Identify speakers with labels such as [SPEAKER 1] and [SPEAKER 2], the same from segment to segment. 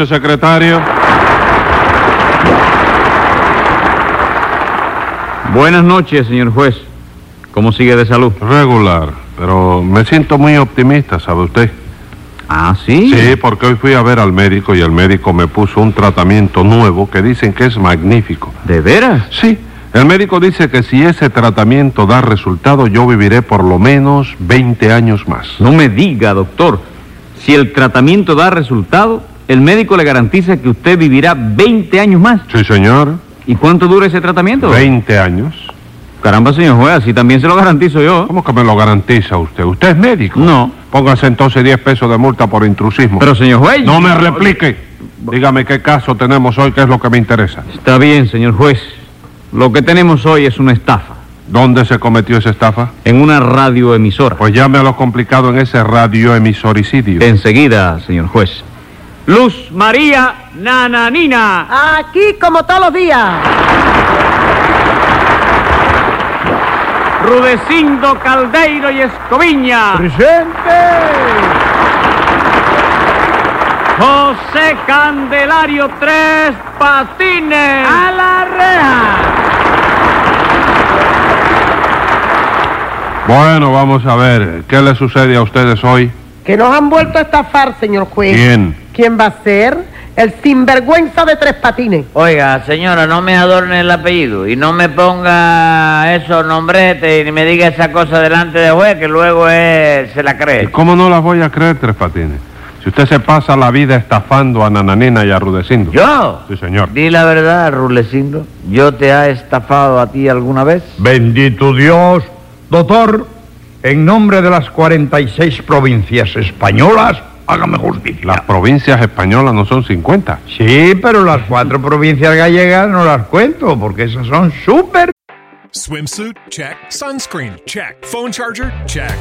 [SPEAKER 1] noches, secretario.
[SPEAKER 2] Buenas noches, señor juez. ¿Cómo sigue de salud?
[SPEAKER 1] Regular, pero me siento muy optimista, ¿sabe usted?
[SPEAKER 2] Ah, sí.
[SPEAKER 1] Sí, porque hoy fui a ver al médico y el médico me puso un tratamiento nuevo que dicen que es magnífico.
[SPEAKER 2] ¿De veras?
[SPEAKER 1] Sí, el médico dice que si ese tratamiento da resultado, yo viviré por lo menos 20 años más.
[SPEAKER 2] No me diga, doctor. Si el tratamiento da resultado, el médico le garantiza que usted vivirá 20 años más.
[SPEAKER 1] Sí, señor,
[SPEAKER 2] ¿Y cuánto dura ese tratamiento?
[SPEAKER 1] 20 años.
[SPEAKER 2] Caramba, señor juez, así también se lo garantizo yo.
[SPEAKER 1] ¿Cómo que me lo garantiza usted? ¿Usted es médico?
[SPEAKER 2] No.
[SPEAKER 1] Póngase entonces 10 pesos de multa por intrusismo.
[SPEAKER 2] Pero, señor juez...
[SPEAKER 1] No me replique. Dígame qué caso tenemos hoy, qué es lo que me interesa.
[SPEAKER 2] Está bien, señor juez. Lo que tenemos hoy es una estafa
[SPEAKER 1] ¿Dónde se cometió esa estafa?
[SPEAKER 2] en una radioemisora.
[SPEAKER 1] Pues llame a lo complicado en ese radioemisoricidio.
[SPEAKER 2] Eh. Enseguida, señor juez. Luz María Nananina.
[SPEAKER 3] Aquí como todos los días.
[SPEAKER 2] Rudecindo Caldeiro y Escoviña. José Candelario Tres Patines. A la reja.
[SPEAKER 1] Bueno, vamos a ver, ¿qué le sucede a ustedes hoy?
[SPEAKER 3] Que nos han vuelto a estafar, señor juez.
[SPEAKER 1] ¿Quién?
[SPEAKER 3] ¿Quién va a ser? El sinvergüenza de tres patines.
[SPEAKER 4] Oiga, señora, no me adorne el apellido y no me ponga esos nombretes y ni me diga esa cosa delante de juez que luego eh, se la
[SPEAKER 1] ¿Y
[SPEAKER 4] cree.
[SPEAKER 1] cómo no las voy a creer, Tres Patines? Si usted se pasa la vida estafando a Nananina y a Rudecindo.
[SPEAKER 4] ¿Yo?
[SPEAKER 1] Sí, señor.
[SPEAKER 4] Di la verdad, Rulecindo. ¿Yo te ha estafado a ti alguna vez?
[SPEAKER 5] Bendito Dios, doctor, en nombre de las 46 provincias españolas, hágame
[SPEAKER 1] Las
[SPEAKER 5] justicia.
[SPEAKER 1] provincias españolas no son 50.
[SPEAKER 5] Sí, pero las cuatro provincias gallegas no las cuento porque esas son súper.
[SPEAKER 6] Swimsuit? Check. Sunscreen? Check. Phone charger? Check.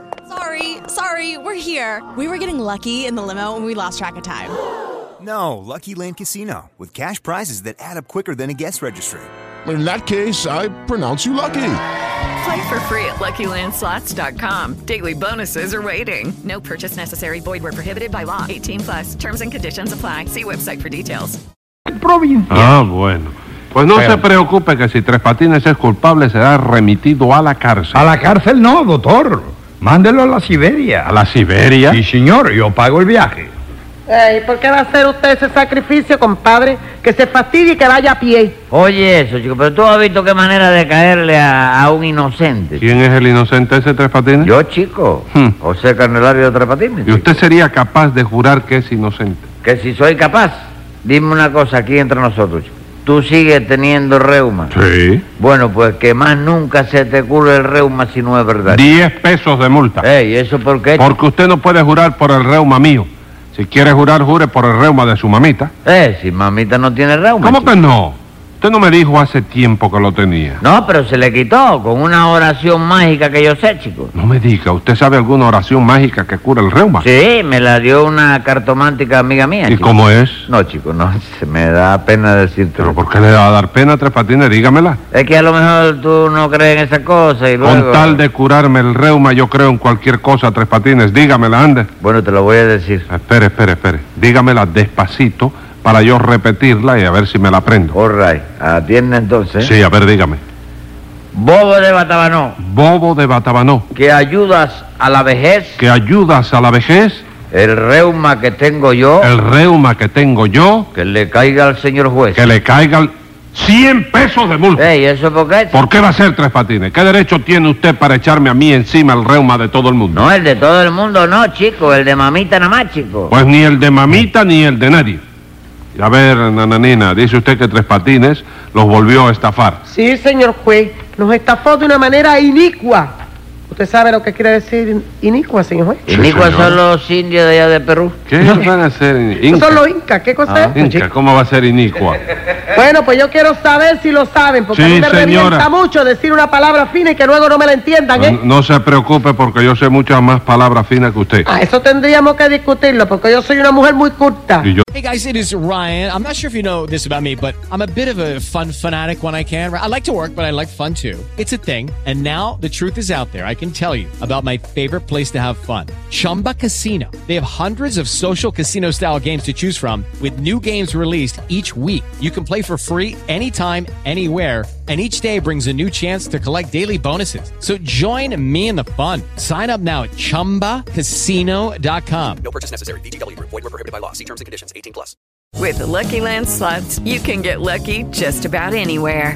[SPEAKER 7] Sorry, sorry, we're here. We were getting lucky in the limo and we lost track of time.
[SPEAKER 8] No, Lucky Land Casino, with cash prizes that add up quicker than a guest registry.
[SPEAKER 9] In that case, I pronounce you lucky.
[SPEAKER 10] Play for free at LuckyLandSlots.com. Daily bonuses are waiting. No purchase necessary. Void where prohibited by law. 18 plus. Terms and conditions apply. See website for details.
[SPEAKER 5] Provincia.
[SPEAKER 1] Ah, bueno. Pues no se preocupe que si Tres Patines es culpable será remitido a la cárcel.
[SPEAKER 5] A la cárcel no, doctor. Mándelo a la Siberia.
[SPEAKER 1] ¿A la Siberia?
[SPEAKER 5] Sí, señor, yo pago el viaje.
[SPEAKER 3] Ey, ¿Por qué va a hacer usted ese sacrificio, compadre? Que se fastidie y que vaya a pie.
[SPEAKER 2] Oye, eso, chico, pero tú has visto qué manera de caerle a, a un inocente.
[SPEAKER 1] ¿Quién es el inocente ese Tres Patines?
[SPEAKER 2] Yo, chico,
[SPEAKER 5] Hmm.
[SPEAKER 2] José Carnelario de Tres Patines.
[SPEAKER 1] ¿Y usted sería capaz de jurar que es inocente?
[SPEAKER 2] Que si soy capaz, dime una cosa aquí entre nosotros, chico. Tú sigues teniendo reuma.
[SPEAKER 1] Sí.
[SPEAKER 2] Bueno, pues que más nunca se te cure el reuma si no es verdad.
[SPEAKER 1] Diez pesos de multa.
[SPEAKER 5] Eh,
[SPEAKER 2] Ey, ¿eso por qué? chico?
[SPEAKER 1] Porque usted no puede jurar por el reuma mío. Si quiere jurar, jure por el reuma de su mamita.
[SPEAKER 2] Eh, si mamita no tiene reuma.
[SPEAKER 1] ¿Cómo
[SPEAKER 2] chico.
[SPEAKER 1] que no? Usted no me dijo hace tiempo que lo tenía.
[SPEAKER 2] No, pero se le quitó con una oración mágica que yo sé, chico.
[SPEAKER 1] No me diga, ¿usted sabe alguna oración mágica que cura el reuma?
[SPEAKER 2] Sí, me la dio una cartomántica amiga mía.
[SPEAKER 1] ¿Y
[SPEAKER 2] chico.
[SPEAKER 1] cómo es?
[SPEAKER 2] No, chico, no, se me da pena decirte.
[SPEAKER 1] ¿Pero por qué le va a dar pena a Tres Patines? Dígamela.
[SPEAKER 2] Es que a lo mejor tú no crees en esas cosas y luego...
[SPEAKER 1] Con tal de curarme el reuma, yo creo en cualquier cosa, Tres Patines. Dígamela, ande.
[SPEAKER 2] Bueno, te lo voy a decir.
[SPEAKER 1] Espere, espere, espere. Dígamela despacito para yo repetirla y a ver si me la aprendo.
[SPEAKER 2] All right, atiende entonces. ¿eh?
[SPEAKER 1] Sí, a ver, dígame.
[SPEAKER 2] Bobo de Batabanó,
[SPEAKER 1] Bobo de Batabanó,
[SPEAKER 2] que ayudas a la vejez,
[SPEAKER 1] que ayudas a la vejez,
[SPEAKER 2] el reuma que tengo yo,
[SPEAKER 1] el reuma que tengo yo,
[SPEAKER 2] que le caiga al señor juez.
[SPEAKER 1] que le caigan 100 pesos de multa.
[SPEAKER 2] Ey, ¿eso por qué?
[SPEAKER 1] ¿Por qué va a ser Tres Patines? ¿Qué derecho tiene usted para echarme a mí encima el reuma de todo el mundo?
[SPEAKER 2] No, el de todo el mundo no, chico, el de mamita nada más, chico.
[SPEAKER 1] Pues ni el de mamita ni el de nadie. Y A ver, nananina, dice usted que Tres Patines los volvió a estafar.
[SPEAKER 3] Sí, señor juez, nos estafó de una manera inicua. ¿Usted sabe lo que quiere decir inicua, señor juez?
[SPEAKER 2] y Nico
[SPEAKER 1] señor.
[SPEAKER 2] son los indios de allá de Perú.
[SPEAKER 1] ¿Qué van a hacer?
[SPEAKER 3] Esos
[SPEAKER 1] Inca? Ah,
[SPEAKER 3] son los incas, ¿qué cosa es?
[SPEAKER 1] Inca, ¿cómo va a ser inicua?
[SPEAKER 3] Bueno, pues yo quiero saber si lo saben, porque
[SPEAKER 1] Sí,
[SPEAKER 3] a mí me
[SPEAKER 1] señora. Ah,
[SPEAKER 3] revienta mucho decir una palabra fina y que luego no me la entiendan, ¿eh?
[SPEAKER 1] No, no se preocupe porque yo sé muchas más palabras finas que usted.
[SPEAKER 3] Ah, eso tendríamos que discutirlo, porque yo soy una mujer muy culta.
[SPEAKER 1] Y yo
[SPEAKER 11] Hey guys, it is Ryan. I'm not sure if you know this about me, but I'm a bit of a fun fanatic when I can. I like to work, but I like fun too. It's a thing. And now the truth is out there. I can tell you about my favorite place to have fun Chumba Casino. They have hundreds of social casino style games to choose from, with new games released each week. You can play for free anytime, anywhere. And each day brings a new chance to collect daily bonuses. So join me in the fun. Sign up now at chumbacasino.com.
[SPEAKER 12] No purchase necessary. VGW Group. Void were prohibited by law. See terms and conditions. 18 plus.
[SPEAKER 10] With the Lucky Land slots, you can get lucky just about anywhere.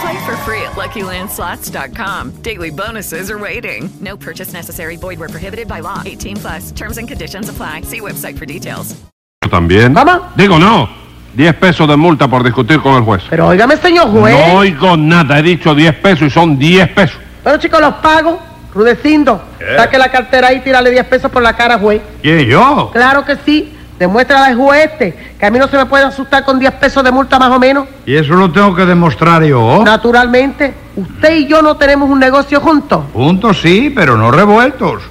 [SPEAKER 10] Play for free at LuckyLandSlots.com. Daily bonuses are waiting. No purchase necessary. Void where prohibited by law. 18 plus terms and conditions apply. See website for details.
[SPEAKER 1] también. Digo, no. 10 pesos de multa por discutir con el juez.
[SPEAKER 3] Pero óigame, señor juez.
[SPEAKER 1] No oigo nada, he dicho 10 pesos y son 10 pesos.
[SPEAKER 3] Pero chicos, los pago, Rudecindo.
[SPEAKER 5] ¿Eh?
[SPEAKER 3] Saque la cartera ahí y tírale 10 pesos por la cara, juez.
[SPEAKER 5] ¿Quién, yo?
[SPEAKER 3] Claro que sí. Demuéstrale al juez este que a mí no se me puede asustar con 10 pesos de multa más o menos.
[SPEAKER 5] Y eso lo tengo que demostrar yo.
[SPEAKER 3] Naturalmente, usted y yo no tenemos un negocio juntos.
[SPEAKER 5] Juntos sí, pero no revueltos.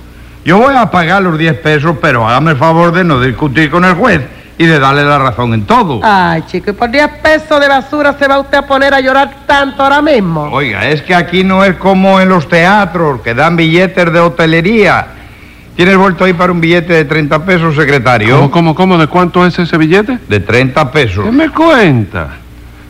[SPEAKER 5] Yo voy a pagar los 10 pesos, pero hágame el favor de no discutir con el juez y de darle la razón en todo.
[SPEAKER 3] Ay, chico, y por 10 pesos de basura se va usted a poner a llorar tanto ahora mismo.
[SPEAKER 5] Oiga, es que aquí no es como en los teatros que dan billetes de hotelería. ¿Tienes vuelto ahí para un billete de 30 pesos, secretario?
[SPEAKER 1] ¿Cómo, cómo, cómo? ¿De cuánto es ese billete?
[SPEAKER 5] De 30 pesos.
[SPEAKER 1] ¿Qué me cuenta?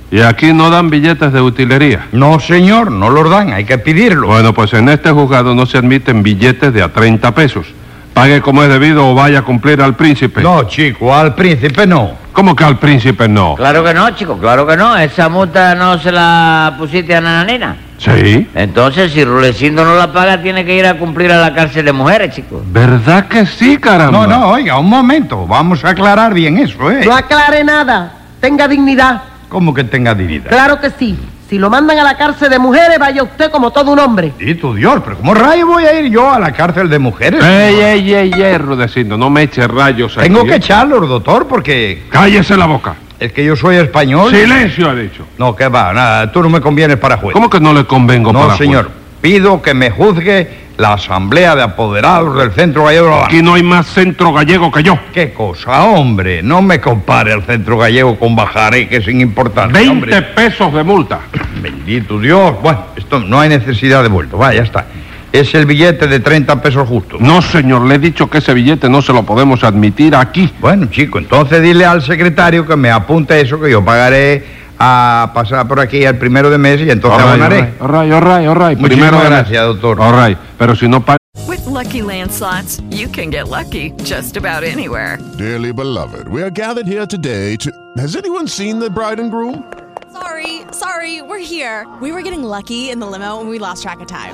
[SPEAKER 1] Y aquí no dan billetes de utilería.
[SPEAKER 5] No, señor, no los dan, hay que pedirlo.
[SPEAKER 1] Bueno, pues en este juzgado no se admiten billetes de a 30 pesos. Pague como es debido o vaya a cumplir al príncipe.
[SPEAKER 5] No, chico, al príncipe no.
[SPEAKER 1] ¿Cómo que al príncipe no?
[SPEAKER 3] Claro que no, chico, claro que no. Esa multa no se la pusiste a Nananina.
[SPEAKER 1] Sí.
[SPEAKER 2] Eh.
[SPEAKER 3] Entonces, si Rulecindo no la paga, tiene que ir a cumplir a la cárcel de mujeres, chico.
[SPEAKER 1] ¿Verdad que sí, caramba?
[SPEAKER 2] No, no, oiga, un momento. Vamos a aclarar bien eso, ¿eh?
[SPEAKER 13] No aclare nada. Tenga dignidad.
[SPEAKER 2] ¿Cómo que tenga dignidad?
[SPEAKER 13] Claro que sí. Si lo mandan a la cárcel de mujeres, vaya usted como todo un hombre.
[SPEAKER 2] Y tu Dios, pero ¿cómo rayo voy a ir yo a la cárcel de mujeres?
[SPEAKER 1] Ey, ey, ey, ey, Rudecindo, no me eche rayos aquí. ¿eh?
[SPEAKER 2] Tengo que echarlos, doctor, porque...
[SPEAKER 1] Cállese la boca.
[SPEAKER 2] Es que yo soy español.
[SPEAKER 1] Silencio, ha dicho.
[SPEAKER 2] No, que va, nada, tú no me convienes para juez.
[SPEAKER 1] ¿Cómo que no le convengo
[SPEAKER 2] No,
[SPEAKER 1] para
[SPEAKER 2] señor.
[SPEAKER 1] juez?
[SPEAKER 2] Pido que me juzgue la asamblea de apoderados del Centro Gallego de La Habana.
[SPEAKER 1] Aquí no hay más centro gallego que yo.
[SPEAKER 2] ¿Qué cosa, hombre? No me compare el Centro Gallego con Bajaré, que es importante.
[SPEAKER 1] 20
[SPEAKER 2] hombre.
[SPEAKER 1] pesos de multa.
[SPEAKER 2] Bendito Dios. Bueno, esto no hay necesidad de vuelto. Va, ya está. Es el billete de 30 pesos justo.
[SPEAKER 1] No, señor, le he dicho que ese billete no se lo podemos admitir aquí.
[SPEAKER 2] Bueno, chico, entonces dile al secretario que me apunte eso, que yo pagaré a pasar por aquí el primero de mes y entonces abonaré.
[SPEAKER 1] All right, all right, all right.
[SPEAKER 2] Muchísimas
[SPEAKER 1] Primero de mes.
[SPEAKER 2] gracias, doctor.
[SPEAKER 1] All right, pero si no paga...
[SPEAKER 10] With Lucky Land slots, you can get lucky just about anywhere.
[SPEAKER 14] Dearly beloved, we are gathered here today to. Has anyone seen the bride and groom?
[SPEAKER 15] Sorry, sorry, we're here. We were getting lucky in the limo and we lost track of time.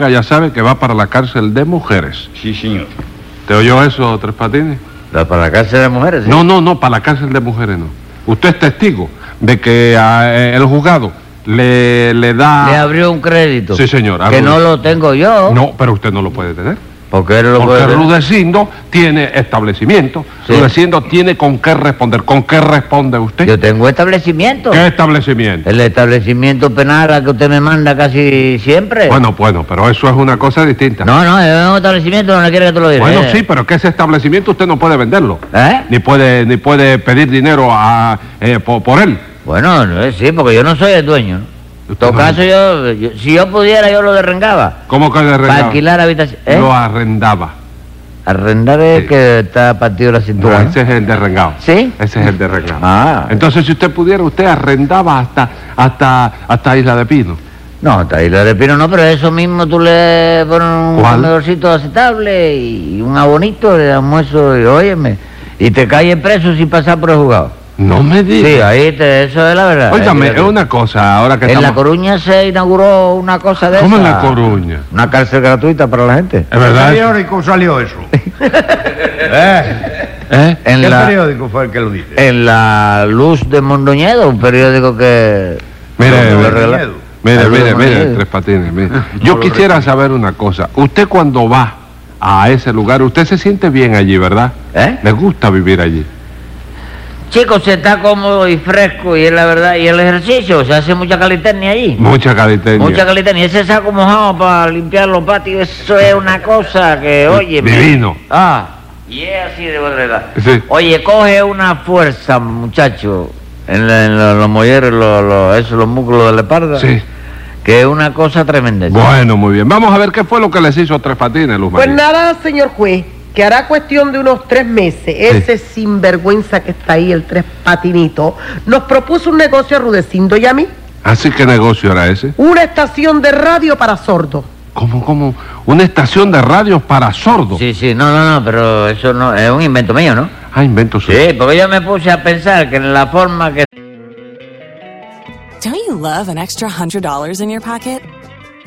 [SPEAKER 1] Ya sabe que va para la cárcel de mujeres.
[SPEAKER 2] Sí, señor.
[SPEAKER 1] ¿Te oyó eso, Tres Patines?
[SPEAKER 3] ¿La para la cárcel de mujeres? sí?
[SPEAKER 1] No, no, no, para la cárcel de mujeres no. Usted es testigo de que ah, eh, el juzgado le, le da...
[SPEAKER 3] Le abrió un crédito.
[SPEAKER 1] Ah. Sí, señor,
[SPEAKER 3] Que
[SPEAKER 1] abrió.
[SPEAKER 3] no lo tengo yo.
[SPEAKER 1] No, pero usted no lo puede tener.
[SPEAKER 3] Porque él lo
[SPEAKER 1] Porque
[SPEAKER 3] puede tener.
[SPEAKER 1] Rudecindo tiene establecimiento.
[SPEAKER 3] Sí.
[SPEAKER 1] Rudecindo tiene con qué responder. ¿Con qué responde usted?
[SPEAKER 3] Yo tengo establecimiento.
[SPEAKER 1] ¿Qué establecimiento?
[SPEAKER 3] El establecimiento penal al que usted me manda casi siempre.
[SPEAKER 1] Bueno, bueno, pero eso es una cosa distinta.
[SPEAKER 3] No, no, yo tengo establecimiento donde quiera que tú lo digas.
[SPEAKER 1] Bueno, sí, pero que ese establecimiento usted no puede venderlo.
[SPEAKER 3] ¿Eh?
[SPEAKER 1] Ni puede, ni puede pedir dinero a, eh, po- por, él.
[SPEAKER 3] Bueno, no es- sí, porque yo no soy el dueño. En todo
[SPEAKER 1] Usted no-
[SPEAKER 3] caso, yo, yo- si yo pudiera, yo lo derrengaba.
[SPEAKER 1] ¿Cómo que le
[SPEAKER 3] Para
[SPEAKER 1] arrendaba?
[SPEAKER 3] alquilar habitación. ¿Eh?
[SPEAKER 1] Lo arrendaba.
[SPEAKER 3] Arrendar es que está partido la
[SPEAKER 1] No,
[SPEAKER 3] cintura. ¿no?
[SPEAKER 1] Ah, ese es el derrengado.
[SPEAKER 3] ¿Sí?
[SPEAKER 1] Ese es el derrengado.
[SPEAKER 3] Ah.
[SPEAKER 1] Entonces, si usted pudiera, usted arrendaba hasta, hasta, hasta Isla de Pino.
[SPEAKER 3] No, está ahí lo de Pino no, pero eso mismo tú le pones un
[SPEAKER 1] ¿Cuál?
[SPEAKER 3] comedorcito aceptable y un abonito de almuerzo y óyeme. Y te caes preso sin pasar por el juzgado.
[SPEAKER 1] No me diga.
[SPEAKER 3] Sí, ahí te, eso es la verdad.
[SPEAKER 1] Óigame,
[SPEAKER 3] Eh,
[SPEAKER 1] es una cosa, ahora que
[SPEAKER 3] En La
[SPEAKER 1] estamos...
[SPEAKER 3] Coruña se inauguró una cosa de
[SPEAKER 1] ¿Cómo en
[SPEAKER 3] esa.
[SPEAKER 1] La Coruña?
[SPEAKER 3] Una cárcel gratuita para la gente.
[SPEAKER 1] ¿Es verdad?
[SPEAKER 2] periódico salió eso? ¿Eh?
[SPEAKER 1] ¿Eh?
[SPEAKER 3] En
[SPEAKER 2] ¿Qué
[SPEAKER 3] la,
[SPEAKER 2] periódico fue el que lo dice?
[SPEAKER 3] en la Luz de Mondoñedo, un periódico que...
[SPEAKER 1] Mire,
[SPEAKER 3] lo- lo
[SPEAKER 1] mire,
[SPEAKER 3] regla-
[SPEAKER 2] miedo.
[SPEAKER 1] mire,
[SPEAKER 3] Algo de
[SPEAKER 1] mire, mire,
[SPEAKER 3] miedo.
[SPEAKER 1] Tres Patines, mire. Yo quisiera saber una cosa. Usted cuando va a ese lugar, usted se siente bien allí, ¿verdad?
[SPEAKER 3] ¿Eh?
[SPEAKER 1] Le gusta vivir allí.
[SPEAKER 3] Chicos, se está cómodo y fresco y es la verdad, y el ejercicio, se hace mucha calistenia allí.
[SPEAKER 1] Mucha calidad.
[SPEAKER 3] Mucha calistenia, ese saco mojado para limpiar los patios, eso es una cosa que, oye...
[SPEAKER 1] Divino.
[SPEAKER 3] Ah, y es así de verdad.
[SPEAKER 1] Sí.
[SPEAKER 3] Oye, coge una fuerza, muchacho, en, la- en la- los molleros, los, los- esos, los músculos de la espalda,
[SPEAKER 1] Sí.
[SPEAKER 3] que es una cosa tremenda.
[SPEAKER 1] Bueno, muy bien. Vamos a ver qué fue lo que les hizo a Tres Patines, Luz
[SPEAKER 13] Pues
[SPEAKER 1] María.
[SPEAKER 13] nada, señor juez, que hará cuestión de unos tres meses. Ese sinvergüenza que está ahí, el tres patinito, nos propuso un negocio a Rudecindo y a mí.
[SPEAKER 1] Así que negocio era ese.
[SPEAKER 13] Una estación de radio para sordos.
[SPEAKER 1] ¿Cómo, cómo? Una estación de radio para sordos.
[SPEAKER 2] Sí, sí, no, no, no, pero eso no es un invento mío, ¿no?
[SPEAKER 1] Ah, invento suyo.
[SPEAKER 2] Sí, porque yo me puse a pensar que en la forma que...
[SPEAKER 16] Don't you love an extra $100 in your pocket?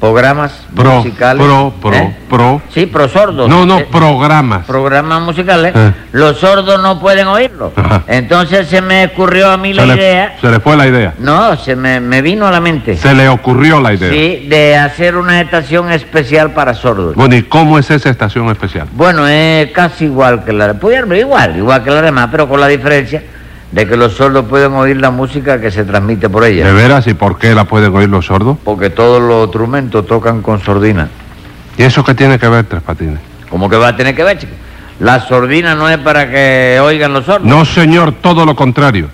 [SPEAKER 2] Programas
[SPEAKER 1] Pro,
[SPEAKER 2] musicales.
[SPEAKER 1] pro, pro,
[SPEAKER 2] ¿eh?
[SPEAKER 1] pro.
[SPEAKER 2] Sí, pro sordos.
[SPEAKER 1] No, no,
[SPEAKER 2] Eh,
[SPEAKER 1] programas.
[SPEAKER 2] programas musicales.
[SPEAKER 1] Eh.
[SPEAKER 2] Los sordos no pueden oírlo.
[SPEAKER 1] Ajá.
[SPEAKER 2] Entonces se me ocurrió a mí la
[SPEAKER 1] se,
[SPEAKER 2] idea.
[SPEAKER 1] le, se le fue la idea.
[SPEAKER 2] No, se me, me vino a la mente.
[SPEAKER 1] Se le ocurrió la idea.
[SPEAKER 2] Sí, de hacer una estación especial para sordos.
[SPEAKER 1] Bueno, ¿y cómo es esa estación especial?
[SPEAKER 2] Bueno, es casi igual que la puede ser igual, igual que la demás, pero con la diferencia de que los sordos pueden oír la música que se transmite por ella.
[SPEAKER 1] ¿De veras y por qué la pueden oír los sordos?
[SPEAKER 2] Porque todos los instrumentos tocan con sordina.
[SPEAKER 1] ¿Y eso qué tiene que ver, Tres Patines?
[SPEAKER 2] ¿Cómo que va a tener que ver, chico? La sordina no es para que oigan los sordos.
[SPEAKER 1] No, señor, todo lo contrario.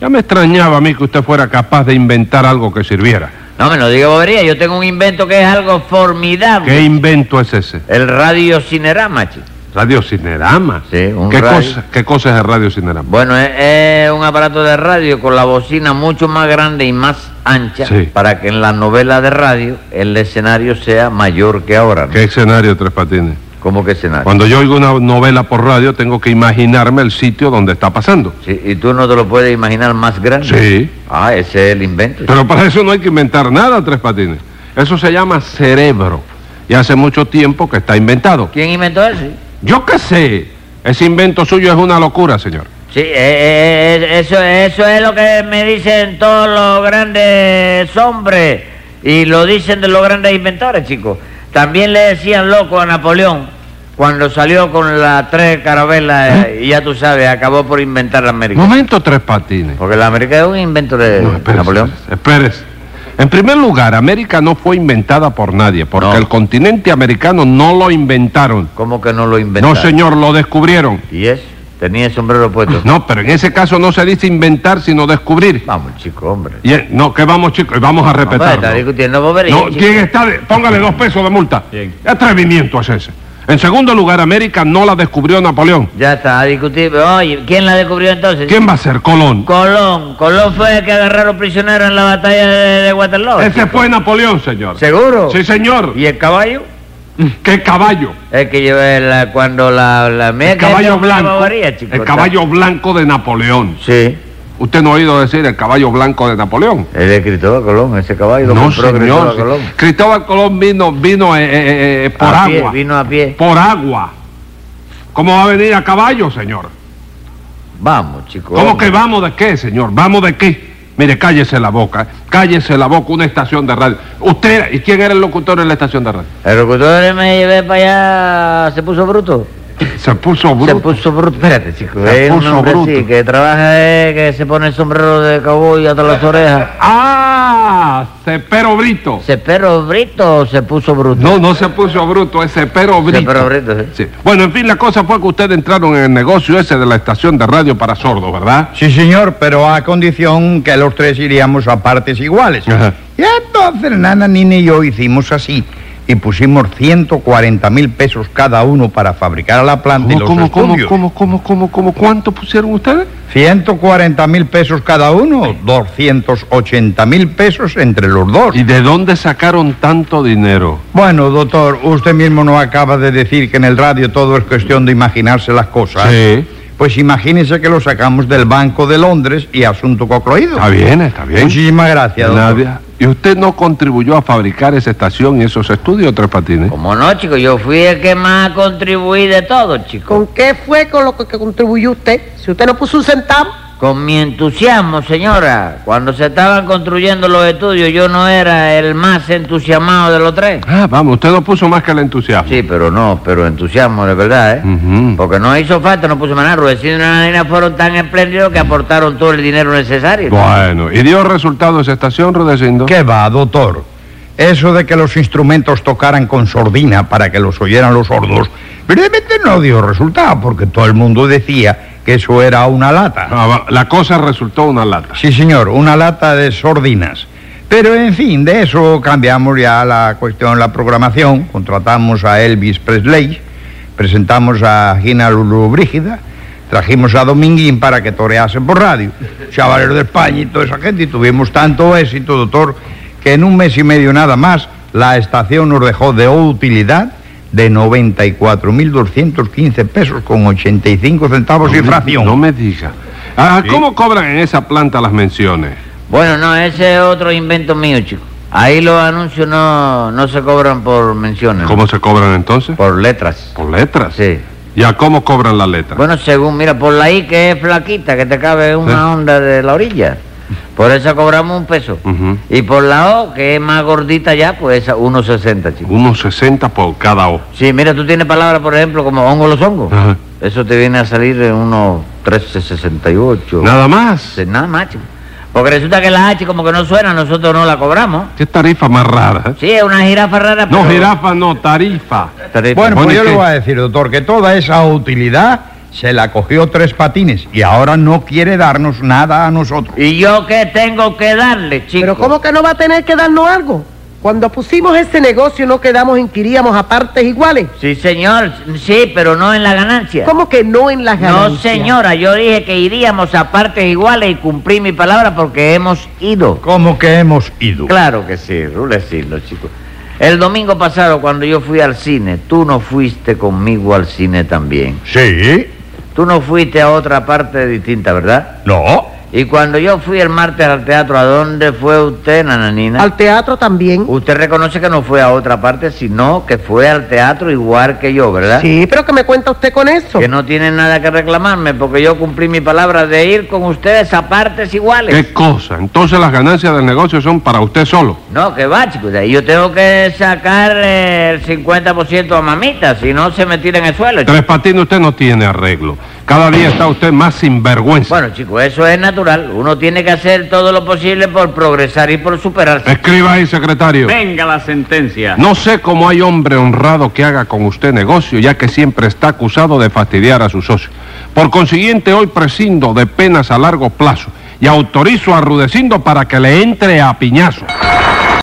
[SPEAKER 1] Ya me extrañaba a mí que usted fuera capaz de inventar algo que sirviera.
[SPEAKER 2] No me lo diga bobería, yo tengo un invento que es algo formidable.
[SPEAKER 1] ¿Qué invento es ese?
[SPEAKER 2] El radio cinerama, chico.
[SPEAKER 1] Radio Cinerama.
[SPEAKER 2] Sí, un
[SPEAKER 1] ¿Qué,
[SPEAKER 2] radio.
[SPEAKER 1] cosa, ¿Qué cosa es el Radio Cinerama?
[SPEAKER 2] Bueno, es, es un aparato de radio con la bocina mucho más grande y más ancha
[SPEAKER 1] Sí.
[SPEAKER 2] para que en la novela de radio el escenario sea mayor que ahora. ¿no?
[SPEAKER 1] ¿Qué escenario, Tres Patines?
[SPEAKER 2] ¿Cómo que escenario?
[SPEAKER 1] Cuando yo oigo una novela por radio, tengo que imaginarme el sitio donde está pasando.
[SPEAKER 2] Sí, ¿Y tú no te lo puedes imaginar más grande?
[SPEAKER 1] Sí.
[SPEAKER 2] Ah, ese es el invento.
[SPEAKER 1] Pero para eso no hay que inventar nada, Tres Patines. Eso se llama cerebro. Y hace mucho tiempo que está inventado.
[SPEAKER 2] ¿Quién inventó eso?
[SPEAKER 1] Yo qué sé. Ese invento suyo es una locura, señor.
[SPEAKER 2] Sí, eh, eh, eh, eso, eso es lo que me dicen todos los grandes hombres y lo dicen de los grandes inventores, chicos. También le decían loco a Napoleón cuando salió con las tres carabelas eh, y ya tú sabes, acabó por inventar la América.
[SPEAKER 1] Momento, Tres Patines.
[SPEAKER 2] Porque la América es un invento de Eh, Napoleón.
[SPEAKER 1] Espérese. En primer lugar, América no fue inventada por nadie, porque el continente americano no lo inventaron.
[SPEAKER 2] ¿Cómo que no lo inventó?
[SPEAKER 1] No, señor, lo descubrieron.
[SPEAKER 2] ¿Y es? Tenía el sombrero puesto.
[SPEAKER 1] No, pero en ese caso no se dice inventar, sino descubrir.
[SPEAKER 2] Vamos, chico, hombre.
[SPEAKER 1] Y, eh, no, que vamos, chicos, y vamos a
[SPEAKER 2] No, pero está
[SPEAKER 1] respetarlo.
[SPEAKER 2] discutiendo bobería,
[SPEAKER 1] No,
[SPEAKER 2] chico.
[SPEAKER 1] ¿quién está? de- Póngale dos pesos de multa. ¿Qué atrevimiento es ese? En segundo lugar, América no la descubrió Napoleón.
[SPEAKER 2] Ya está, a discutir. Oye, ¿quién la descubrió entonces?
[SPEAKER 1] ¿Quién va a ser? Colón.
[SPEAKER 2] Colón, Colón fue el que agarraron prisioneros en la batalla de, de Waterloo.
[SPEAKER 1] Ese
[SPEAKER 2] chico.
[SPEAKER 1] fue Napoleón, señor.
[SPEAKER 2] ¿Seguro?
[SPEAKER 1] Sí, señor.
[SPEAKER 2] ¿Y el caballo?
[SPEAKER 1] ¿Qué caballo?
[SPEAKER 2] Es que yo eh, la- cuando la... la mira
[SPEAKER 1] El
[SPEAKER 2] que eso
[SPEAKER 1] caballo
[SPEAKER 2] es una
[SPEAKER 1] blanco.
[SPEAKER 2] bobería, chico,
[SPEAKER 1] El
[SPEAKER 2] está-
[SPEAKER 1] caballo blanco de Napoleón.
[SPEAKER 2] Sí.
[SPEAKER 1] ¿Usted no ha oído decir el caballo blanco de Napoleón?
[SPEAKER 2] El de Cristóbal Colón, ese caballo lo
[SPEAKER 1] No,
[SPEAKER 2] compró Cristóbal
[SPEAKER 1] señor.
[SPEAKER 2] Colón.
[SPEAKER 1] Cristóbal Colón vino, vino eh, eh, eh, por
[SPEAKER 2] A pie,
[SPEAKER 1] agua.
[SPEAKER 2] vino a pie.
[SPEAKER 1] Por agua. ¿Cómo va a venir a caballo, señor?
[SPEAKER 2] Vamos, chico.
[SPEAKER 1] ¿Cómo
[SPEAKER 2] hombre.
[SPEAKER 1] que vamos de qué, señor? ¿Vamos de qué? Mire, cállese la boca, cállese la boca, una estación de radio. ¿Usted era- y quién era el locutor en la estación de radio?
[SPEAKER 2] El locutor me llevé para allá, se puso bruto.
[SPEAKER 1] Se puso bruto.
[SPEAKER 2] Se puso bruto, espérate, chico.
[SPEAKER 1] Se
[SPEAKER 2] es un
[SPEAKER 1] puso
[SPEAKER 2] hombre
[SPEAKER 1] bruto.
[SPEAKER 2] así, que trabaja, eh, que se pone el sombrero de cowboy hasta las orejas.
[SPEAKER 1] ¡Ah! Cepero Brito.
[SPEAKER 2] ¿Cepero Brito o se puso bruto?
[SPEAKER 1] No, no se puso bruto, es Cepero Brito.
[SPEAKER 2] Cepero Brito, sí.
[SPEAKER 1] Bueno, en fin, la cosa fue que ustedes entraron en el negocio ese de la estación de radio para sordos, ¿verdad?
[SPEAKER 5] Sí, señor, pero a condición que los tres iríamos a partes iguales. Y entonces Nana, Nina y yo hicimos así. Y pusimos 140 mil pesos cada uno para fabricar la planta y los
[SPEAKER 1] ¿Cómo, cómo,
[SPEAKER 5] estudios.
[SPEAKER 1] cómo, cómo, cómo, cómo, cuánto pusieron ustedes?
[SPEAKER 5] 140 mil pesos cada uno, 280 mil pesos entre los dos.
[SPEAKER 1] ¿Y de dónde sacaron tanto dinero?
[SPEAKER 5] Bueno, doctor, usted mismo nos acaba de decir que en el radio todo es cuestión de imaginarse las cosas.
[SPEAKER 1] Sí.
[SPEAKER 5] Pues imagínese que lo sacamos del Banco de Londres y asunto concluido.
[SPEAKER 1] Está bien, está bien.
[SPEAKER 5] Muchísimas gracias, doctor.
[SPEAKER 1] Nadia, ¿Y usted no contribuyó a fabricar esa estación y esos estudios, Tres Patines?
[SPEAKER 2] ¿Cómo no, chico? Yo fui el que más contribuí de todo, chico.
[SPEAKER 3] ¿Con qué fue con lo que, que contribuyó usted? Si usted no puso un centavo,
[SPEAKER 2] Con mi entusiasmo, señora. Cuando se estaban construyendo los estudios, yo no era el más entusiasmado de los tres.
[SPEAKER 1] Ah, vamos, usted no puso más que el entusiasmo.
[SPEAKER 2] Sí, pero no, pero entusiasmo de verdad,
[SPEAKER 1] Mm.
[SPEAKER 2] ¿eh? Porque no hizo falta, no puso maná. Rudecindo y Nananina fueron tan espléndidos que aportaron todo el dinero necesario.
[SPEAKER 1] Bueno, ¿y dio resultado esa estación, Rudecindo?
[SPEAKER 5] ¿Qué va, doctor?
[SPEAKER 2] Eso de que los instrumentos tocaran con sordina para que los oyeran los sordos, brevemente no dio resultado, porque todo el mundo decía que eso era una lata.
[SPEAKER 1] Ah, La cosa resultó una lata.
[SPEAKER 2] Sí, señor, una lata de sordinas. Pero en fin, de eso cambiamos ya la cuestión, la programación. Contratamos a Elvis Presley, presentamos a Gina Lulu Brígida, trajimos a Dominguín para que torease por radio. Chavaleros de España y toda esa gente, y tuvimos tanto éxito, doctor, que en un mes y medio nada más, la estación nos dejó de utilidad de 94.215 pesos con 85 centavos y fracción.
[SPEAKER 1] No me diga. Ah, ¿Cómo cobran en esa planta las menciones?
[SPEAKER 11] Bueno, no, ese es otro invento mío, chico. Ahí los anuncios no, no se cobran por menciones.
[SPEAKER 1] ¿Cómo se cobran entonces?
[SPEAKER 11] Por letras.
[SPEAKER 1] ¿Por letras?
[SPEAKER 11] Sí.
[SPEAKER 1] ¿Y a cómo cobran las letras?
[SPEAKER 11] Bueno, según, mira, por la I que es flaquita, que te cabe una onda de la orilla. Por eso cobramos un peso.
[SPEAKER 1] Ujú.
[SPEAKER 11] Y por la O, que es más gordita ya, pues esa 1.60, chico.
[SPEAKER 1] Unos 60 por cada O.
[SPEAKER 11] Sí, mira, tú tienes palabras, por ejemplo, como hongo los hongos.
[SPEAKER 1] Ajá.
[SPEAKER 11] Eso te viene a salir en unos 13.68.
[SPEAKER 1] ¿Nada más?
[SPEAKER 11] Sí, Nada más, chico. Porque resulta que la H como que no suena, nosotros no la cobramos.
[SPEAKER 1] ¿Qué tarifa más rara?
[SPEAKER 11] Sí, es una jirafa rara,
[SPEAKER 1] No,
[SPEAKER 11] pero-
[SPEAKER 1] jirafa no, tarifa.
[SPEAKER 2] Bueno, pues yo
[SPEAKER 1] ¿y
[SPEAKER 2] le
[SPEAKER 1] qué?
[SPEAKER 2] voy a decir, doctor, que toda esa utilidad se la cogió tres patines y ahora no quiere darnos nada a nosotros.
[SPEAKER 11] ¿Y yo qué tengo que darle, chico?
[SPEAKER 3] Pero ¿cómo que no va a tener que darnos algo? Cuando pusimos ese negocio no quedamos inquiríamos a partes iguales.
[SPEAKER 11] Sí, señor, sí, pero no en la ganancia.
[SPEAKER 3] ¿Cómo que no en las
[SPEAKER 11] No,
[SPEAKER 3] ganancias?
[SPEAKER 11] señora, yo dije que iríamos a partes iguales y cumplí mi palabra porque hemos ido.
[SPEAKER 2] ¿Cómo que hemos ido?
[SPEAKER 11] Claro que sí, Rulecillo, chico. El domingo pasado, cuando yo fui al cine, tú no fuiste conmigo al cine también.
[SPEAKER 2] Sí.
[SPEAKER 11] Tú no fuiste a otra parte distinta, ¿verdad?
[SPEAKER 2] No.
[SPEAKER 11] Y cuando yo fui el martes al teatro, ¿a dónde fue usted, nananina?
[SPEAKER 3] Al teatro también.
[SPEAKER 11] Usted reconoce que no fue a otra parte, sino que fue al teatro igual que yo, ¿verdad?
[SPEAKER 3] Sí, pero ¿qué me cuenta usted con eso?
[SPEAKER 11] Que no tiene nada que reclamarme porque yo cumplí mi palabra de ir con ustedes a partes iguales.
[SPEAKER 1] ¿Qué cosa? Entonces las ganancias del negocio son para usted solo.
[SPEAKER 11] No, que va, chicos. De ahí yo tengo que sacar eh, el 50% a mamita, si no se me tira en el suelo. chico.
[SPEAKER 1] Tres patines usted no tiene arreglo. Cada día está usted más sinvergüenza.
[SPEAKER 11] Bueno, chicos, eso es natural. Uno tiene que hacer todo lo posible por progresar y por superarse.
[SPEAKER 1] Escriba ahí, secretario.
[SPEAKER 17] Venga la sentencia.
[SPEAKER 1] No sé cómo hay hombre honrado que haga con usted negocio, ya que siempre está acusado de fastidiar a su socio. Por consiguiente, hoy prescindo de penas a largo plazo y autorizo a Rudecindo para que le entre a piñazo.